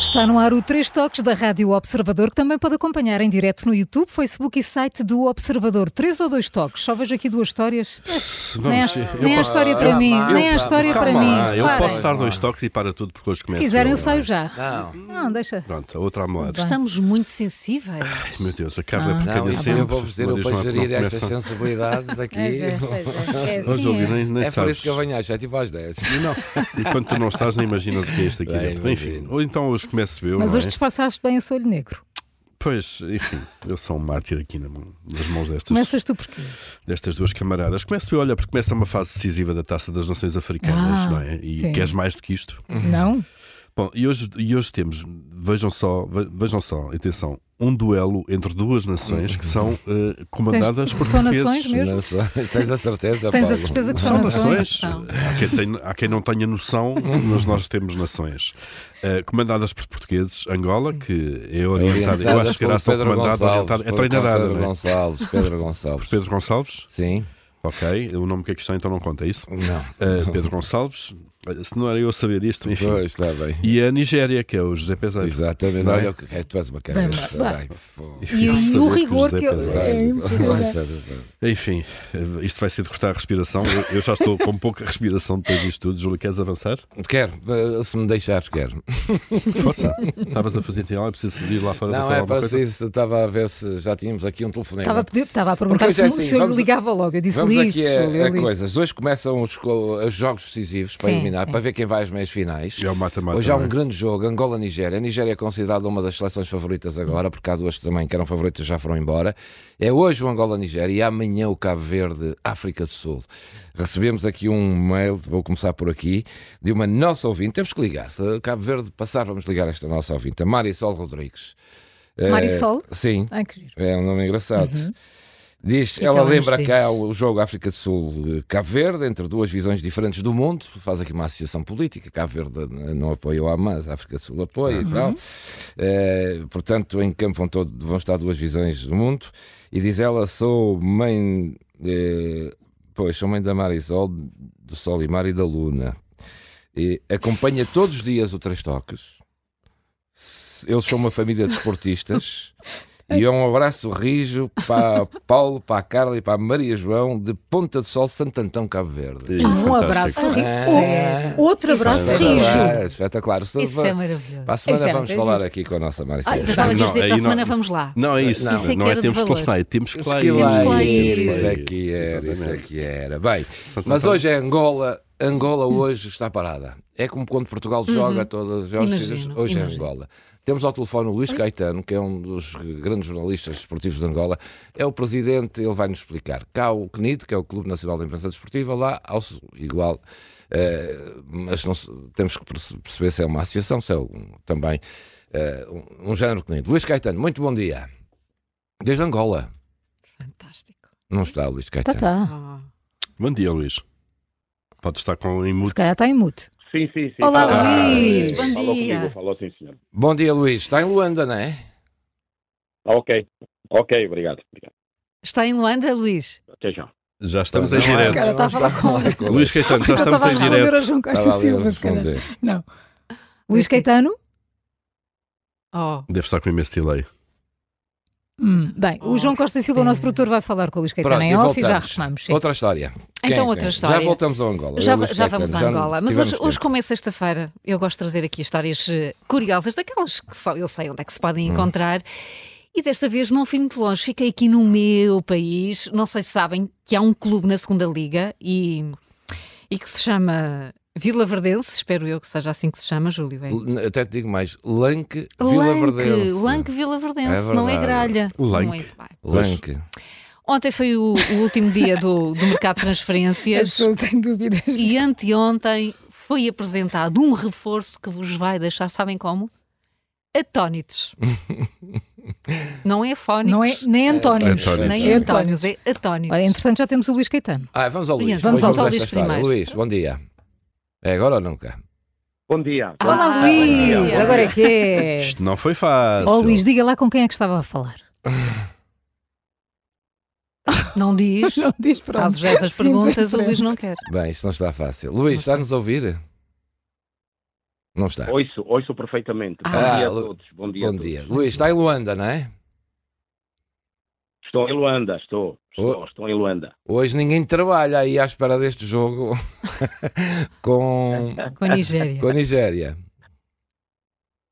Está no ar o Três Toques da Rádio Observador, que também pode acompanhar em direto no YouTube, Facebook e site do Observador. Três ou dois toques? Só vejo aqui duas histórias. nem a, Vamos, eu nem há posso- história para eu- mim, eu- nem há história Calma para lá, mim. Eu Reparem. posso dar dois toques e para tudo, porque hoje Se começa. quiserem, eu saio já. Não, Não, deixa. Pronto, a outra a moer. Bem. Estamos muito sensíveis. Ai, Meu Deus, a Ah, Carla é não, pequena isso sempre. eu vou-vos dizer, eu Maria para João, é gerir não estas começa. sensibilidades aqui. Pois é, pois é. É Ó, assim, Júlio, é. nem, nem É por sabes. isso que eu venho às 7 e vou às 10. Não. E quando tu não estás, nem imaginas o que é isto aqui Bem, dentro. Enfim, imagino. ou então hoje começo eu, Mas não hoje é? disfarçaste bem o olho negro. Pois, enfim, eu sou um mártir aqui na mão- nas mãos destas, Começas tu porquê? destas duas camaradas. Começo eu, olha, porque começa uma fase decisiva da Taça das Nações Africanas, Ah, não é? E sim. queres mais do que isto? Não? Bom, e hoje, e hoje temos, vejam só, ve- vejam só, atenção, um duelo entre duas nações que são Uhum. eh, comandadas Tens- por são portugueses. nações mesmo? Não sei, Tens a certeza, Tens a Paulo? certeza que são São nações? Então. nações. Não. Há, quem tenha- há quem não tenha noção, mas nós temos nações. Eh, comandadas por portugueses, Angola, que é orientada, eu acho que era a Orientadas sua por Pedro comandada orientada, Gonçalves. é por treinadada, Pedro não é? Gonçalves, Pedro Gonçalves. Pedro Gonçalves, Sim? ok, o nome que é que está então não conta, é isso? Não. Eh, Pedro Gonçalves, Eh, se não era eu a saber isto, enfim. Pois, está bem. E a Nigéria, que é o José Peseiro. Exatamente. Não é? Olha, o que- tu és uma cabeça. Bem, Ai, foda. E, Eu e sabia o que rigor José que eu. Pedro é Vai, impossível. vai ser- Enfim, eh, isto vai ser de cortar a respiração. Eu, eu já estou com pouca respiração depois disto tudo. Júlio, queres avançar? Quero, eh, se me deixares, quero. Força. Estavas a fazer sinal, é preciso ir lá fora para Não, falar é alguma para coisa. se isso, estava a ver se já tínhamos aqui um telefonema. Estava a, pedir- estava a perguntar Porque se, hoje é se assim, eu lhe vamos- ligava logo. Eu disse Vamos ligue, aqui a, Júlio, a ligue. coisas. Hoje começam os, co- os jogos decisivos para Sim, eliminar, sim. para ver quem vai às meias finais. É o mata-mata. Hoje há não um é? grande jogo, Angola-Nigéria. A Nigéria é considerada uma das seleções favoritas agora, porque há duas que também que eram favoritas já foram embora. É hoje o Angola-Nigéria e amanhã o Cabo Verde, África do Sul. Recebemos aqui um mail, vou começar por aqui, de uma nossa ouvinte. Temos que ligar. Se o Cabo Verde passar, vamos ligar esta nossa ouvinte, a Marisol Rodrigues. Eh, Marisol? Sim. Ai, que giro. É um nome engraçado. Diz, Uhum. que é que ela ela nos lembra diz? cá o jogo África do Sul eh, Cabo Verde, entre duas visões diferentes do mundo, faz aqui uma associação política, Cabo Verde eh, não apoia o Hamas, a África do Sul apoia Uhum. e tal. Eh, portanto, em campo vão, todo- vão estar duas visões do mundo. E diz ela, sou mãe, eh, pois, sou mãe da Marisol, do Sol e Mar e da Luna. E acompanha todos os dias o Três Toques. Eles são uma família de esportistas. E é um abraço rijo para Paulo, para a Carla e para a Maria João de Ponta de Sol, Santo Antão, Cabo Verde. Ih, Um fantástico. abraço rijo. Ah. Outro abraço rijo. Espetacular, espetacular. Se- Isso é maravilhoso. Para a semana Isso é vamos muito falar giro. aqui com a nossa Ah, Maricela. eu pensava que Não, isto é que aí a não- semana vamos lá. Não, é isso. Não, isso é que não é era de temos que valor. telefonar, é temos que lá ir. lá Temos ir, ir, temos temos Isso lá é ir. que era, isso é Exatamente. que era. Bem, Santo mas Antão. hoje é Angola. Angola Hum. hoje está parada. É como quando Portugal joga todas as horas. Uhum. Imagino, Hoje é imagino. Angola. Temos ao telefone o Luís Caetano, que é um dos grandes jornalistas desportivos de Angola. É o presidente, ele vai nos explicar. Cá o CNID, que é o Clube Nacional de Imprensa Desportiva, lá ao Sul, igual. eh, mas não se- temos que perce- perceber se é uma associação, se é um- também eh, um, um género CNID. Luís Caetano, muito bom dia. Desde Angola. Fantástico. Não está, Luís Tá, Caetano. tá. Ah. Bom dia, Luís. Pode estar com um em Se mute. calhar está em mute. Sim, sim, sim. Olá, Ah, Luís. Luís. Falou Bom comigo, dia. falou sim, senhor. Bom dia, Luís. Está em Luanda, não é? Ah, ok, ok, obrigado. obrigado. Está em Luanda, Luís? Até já. Já estamos em Não, Esse direto. cara está a falar com ele. Luís Caetano, Eu já estamos Então estava a em responder direto. ao João Costa Estava ali a Silva, se calhar. responder. Não. Luís Caetano? Oh, Deve estar com imenso delay. Hum, Bem, o Oh. João Costa Silva, o nosso produtor, vai falar com o Luís Caetano Pronto, é em e off e já voltamos. retomamos. sim. Outra história. Quem é então que outra é? história. Já voltamos ao Angola. Já, Eu, Luís já Caetano, vamos a já não Angola, mas hoje, tivemos hoje tempo. como é sexta-feira, eu gosto de trazer aqui histórias eh, curiosas, daquelas que só eu sei onde é que se podem Hum. encontrar. E desta vez não fui muito longe, fiquei aqui no meu país. Não sei se sabem que há um clube na segunda liga e, e que se chama Vila Verdense, espero eu que seja assim que se chama, Júlio. É? L- Até te digo mais. Lanque Vila Verdense. Lanque Vila Verdense, É não é verdade. gralha. Lanque. Não é- vai. Lanque. Ontem foi o, o último dia do, do mercado de A transferências. pessoa tem dúvidas. E anteontem foi apresentado um reforço que vos vai deixar, sabem como? Atónitos. Não é fónicos. Não é, nem António. António. Nem É Antónios, é Atónicos. Olha, entretanto, já temos o Luís Caetano. Ah, vamos ao Luís. Vamos Luís, ao conta Luís esta história. primeiro. Luís, bom dia. É agora ou nunca? Bom dia. Ah, Olá, bom Luís! dia, bom dia. Agora é que é. Isto não foi fácil. Ó Luís, diga lá com quem é que estava a falar. Não diz. diz Faz já essas Seguimos em perguntas, o frente. Luís não quer. Bem, isto não está fácil. Luís, está-nos a ouvir? Não está. é Ouço, ouço perfeitamente. Bom Ah, dia a Lu- todos. Bom dia. a Bom todos. dia. Luís, está em Luanda, não é? Estou em Luanda, estou. Estou, Oh. estou em Luanda. Hoje ninguém trabalha aí à espera deste jogo com, Com a Nigéria. com a Nigéria.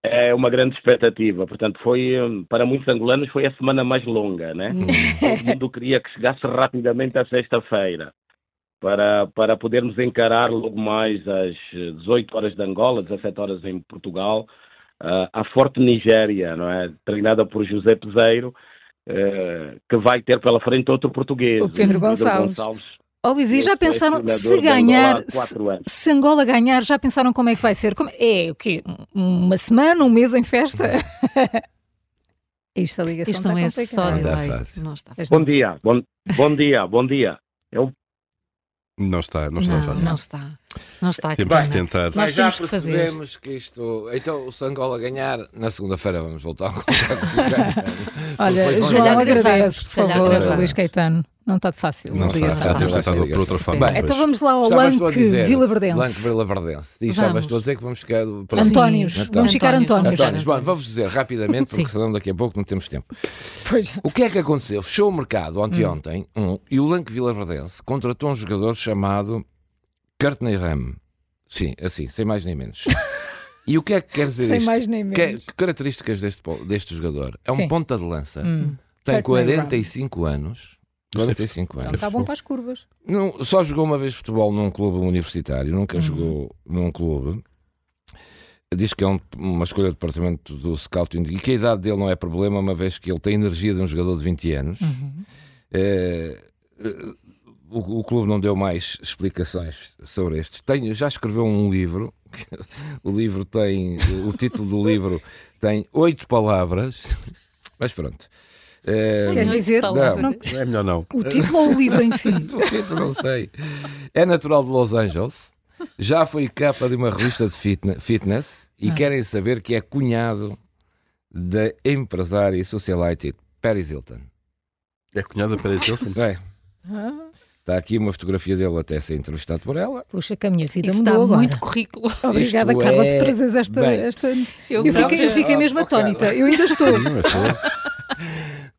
É uma grande expectativa. Portanto, foi hum, para muitos angolanos foi a semana mais longa, né? Hum. Todo mundo queria que chegasse rapidamente à sexta-feira para, para podermos encarar logo mais às eh, 18 horas de Angola, 17 horas em Portugal, ah, a forte Nigéria, não é? Treinada por José Peseiro, eh, que vai ter pela frente outro português. O Pedro Gonçalves. Ó Luís, e já que foi pensaram se treinador de Angola ganhar, há se, quatro anos. se Angola ganhar, já pensaram como é que vai ser? Como- é o quê? Um- Uma semana, um mês em festa? Isto a ligação Isto não está é só complicada. Não está delay. fácil. Não está Mas Bom dia, bom, bom dia, bom dia. Eu, Não está, não está não, fácil. Não está. Não está aqui. Temos que não. tentar. Nós Mas já temos que fazer. percebemos que isto. Então, se Angola ganhar, na segunda-feira vamos voltar ao contacto dos ganhos. Olha, Depois vamos João, calhar lá. gravamos, agradece, por se calhar favor, gravamos. Luís Caetano. Não está de fácil. Não está, diga está só. temos fácil. que tentar por outra forma. Bem, Então pois. vamos lá ao Estavas tu a Lanque dizer, Lanque Vilaverdense. Vilaverdense. E Vamos. estavas tu a dizer que vamos ficar. para- Sim. Antónios, Então. vamos ficar Antónios. António, Antónios. bom, vou-vos dizer rapidamente, porque Sim. senão daqui a pouco não temos tempo. Pois. Hum. O que é que aconteceu? Fechou o mercado anteontem um, e o Lanque Vilaverdense contratou um jogador chamado Courtney Ram. Sim, assim, sem mais nem menos. E o que é que quer dizer Sem isto? mais nem Que- menos. que características deste, po- deste jogador? É um Sim. ponta de lança, Hum. tem Courtney Ram. 45 anos. 45 Então anos. está bom para as curvas. Não, só jogou uma vez futebol num clube universitário, nunca Uhum. jogou num clube. Diz que é um- uma escolha do departamento do scouting e que a idade dele não é problema, uma vez que ele tem a energia de um jogador de 20 anos. Eh, eh, o, o clube não deu mais explicações sobre estes. Tenho, já escreveu um livro. o livro tem. O título do livro tem oito palavras. Mas pronto. Eh, Queres dizer? palavras. Não- É melhor não. O título ou o livro em si? do Tito, não sei. É natural de Los Angeles. Já foi capa de uma revista de fitne- fitness Ah. e querem saber que é cunhado da empresária e socialite Paris Hilton. É cunhada para esse outro? É, Ah. está aqui uma fotografia dele até ser entrevistado por ela. Puxa, que a minha vida Isso dá mudou agora. muito currículo. Obrigada, Isto Carla, é- por trazeres esta. Bem. esta... Eu, não- fiquei, eu fiquei Oh, mesmo oh, Carla. atónita. Eu ainda estou. Não, é só.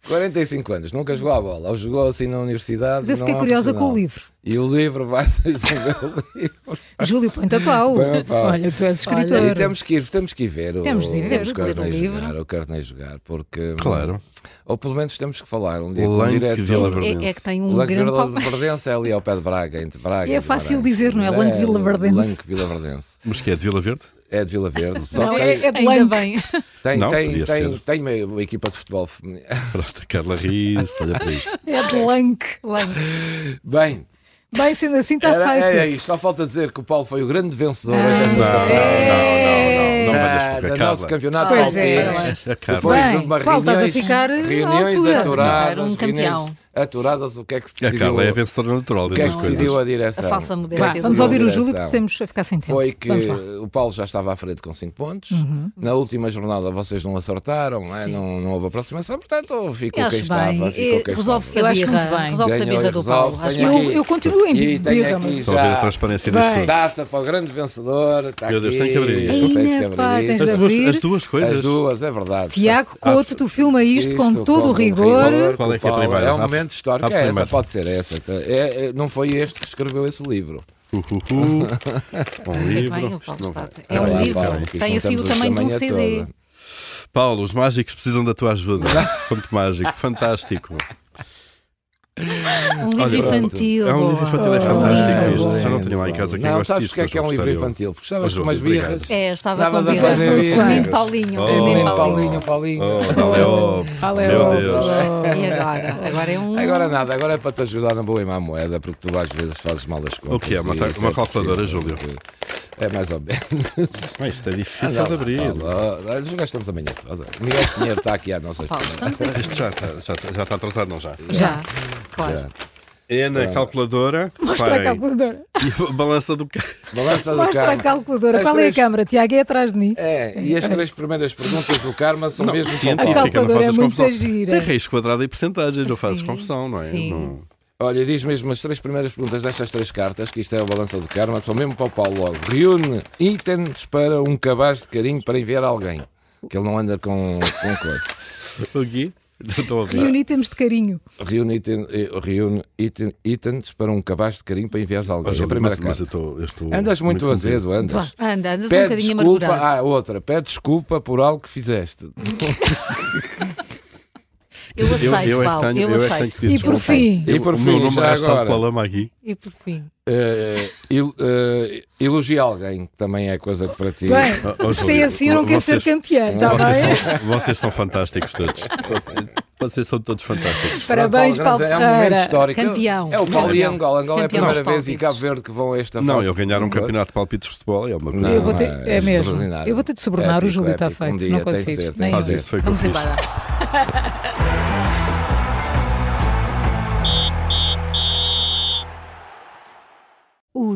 45 anos, nunca jogou a bola. Ou jogou assim na universidade. Mas eu não fiquei é curiosa com o livro. profissional. E o livro vai ser o livro. Júlio Ponta Pau. Põe a pau. Olha, tu és Olha, escritor. E temos que ir, temos que ir ver o, Temos de ir ver, o ler o Carney livro. jogar, o Carney jogar, porque Claro. Ou pelo menos temos que falar um dia com o Lanque Vila diretor. Verdense. É, é que tem O um Lanque grande Vila papo. de Verdense é ali ao pé de Braga, entre Braga É e fácil Guimarães. dizer, não é? Lanque Vila Verdense. Lanque Vila Verdense. Mas que é de Vila Verde? É de Vila Verde. Só Não, tem, é- é de Ainda Lanque. bem. tem, Não, tem, podia tem, ser. tem uma, uma equipa de futebol feminino. Pronto, a Carla Riz, olha para isto. É de Lank. Lanque. Bem, Bem, sendo assim, está era, feito. era isto. Só falta dizer que o Paulo foi o grande vencedor Ah. hoje, Não, esta não, não, não, não, não Ah, venhas do com a nosso Carla. campeonato Pois de é, palpites. A Depois Carla. Bem, de uma Paulo, estás a reuniões, ficar à reuniões altura. aturadas, Um campeão. reuniões aturadas, o que é que se A decidiu? Carla é a vencedora natural O que é das que Não. coisas. decidiu a direção? A falsa O que é que Vá, modéstia. vamos decidiu a ouvir o Júlio, direção? porque estamos a ficar sem tempo. Foi que Vamos lá. o Paulo já estava à frente com 5 pontos. Na última jornada vocês não acertaram, não é? não, não houve aproximação, portanto ficou Acho quem estava. bem. Ficou Eh, quem Resolve-se Eu a acho muito birra. bem. Resolve-se a Ganhou e birra do resolve, Paulo. Acho um, tenho bem. Eu, aqui. eu continuo em estava. E tem birra, mas- aqui Estão a ver a já transparência Bem. disto tudo. taça para o grande vencedor. Está Meu Deus, aqui. tenho que abrir isto. Tens que Eina, abrir pá, isto. tens As de duas, abrir. as duas As coisas. duas, é verdade. Tiago Couto, tu filma isto, com todo o com rigor. Qual é que é a Paulo, primeira? É um Há- momento histórico. há É essa, primeira. pode ser essa. É, é, não foi este que escreveu esse livro. Uh, Uhuhu. Um Muito livro. bem, o Isto Paulo não está- vai. É Ah, um lá, livro. Paulo, que isto Tem não assim o temos tamanho de um tamanho CD. todo. Paulo, os mágicos precisam da tua ajuda. Ponto mágico, fantástico. Um livro Olha, infantil. É um livro boa. Oh, infantil, é fantástico Ah, este. bom. Já não tenho lá em casa quem Não, gosta sabes disto. porque é mas que é um gostava livro eu. infantil? Ó, Porque estavas com João, umas obrigado. birras. É, estava Davas a convidada. fazer birra. Menino Paulinho. Oh. É menino Oh. Paulinho, Paulinho. Oh, Daleo. Valeu. Meu Deus. E agora? Agora é um. Agora nada, agora é para te ajudar na boa e má moeda, porque tu às vezes fazes mal as contas. O que é? Uma e ta- isso uma é calculadora, possível, Júlio? porque É mais ou menos. Ah, isto é difícil de abrir. Olha, já gastamos a manhã toda. Miguel Pinheiro está aqui à nossa Paulo, espera. então estamos aqui. Isto já está, já está- já está atrasado, não já? Já, claro. Já. É na Ah. calculadora. Mostra a Reparem. calculadora. E a balança do carro. Balança do Mostra a Carmo. calculadora. As Qual é a três- câmara? Tiago é atrás de mim. É, e as três primeiras perguntas do Karma são Não, mesmo científica, A Fica, não calculadora completas. fazes é muito confusão. Tem gira. raiz quadrada e percentagens, não fazes Sim, confusão, não é? sim. Não- Olha, diz mesmo as três primeiras perguntas destas três cartas, que isto é a balança do Karma, são mesmo para o Paulo logo. Reúne itens para um cabaz de carinho para enviar a alguém. Que ele não anda com, com coisa. O quê? Não estou a ver. Reunir temos de carinho. Reúne, item, eh, reúne item- itens para um cabaz de carinho para enviar a alguém. Mas, É a primeira mas, mas eu carta. estou, eu estou Andas muito confuso. azedo, Vá, andas. anda, andas um Pede bocadinho desculpa. amargurado. Ah, outra. Pede desculpa por algo que fizeste. eu Eu, aceito, eu é que Paulo, tenho, eu, eu é que tenho aceito. que pedir E por desculpa. fim, E por o fim, meu nome já é arrastado agora. pela lama aqui. E por fim, Eh, il- eh, elogia alguém, que também é coisa que para ti. Ah, bem, oh, se é Júlia, assim eu não quero ser vocês- campeã, é? está Vocês bem? são, vocês são fantásticos todos. Vocês- Vocês são todos fantásticos. Parabéns, Paulo Grande, É um momento Ferreira. histórico. Campeão. É o Paulo e Campeão. Angola. Angola é a Campeão primeira dos vez e Cabo palpites. Verde que vão a esta Não, fase. eu ganhar um campeonato de palpites de futebol é uma coisa. Eu vou ter- Não, é é mesmo. extraordinário. Eu vou ter de sobornar, o Épico, Júlio está épico. feito. Um dia não tem que consigo. ser, tem nem que eu. Faz isso, foi o que eu É vamos fiz. embora. O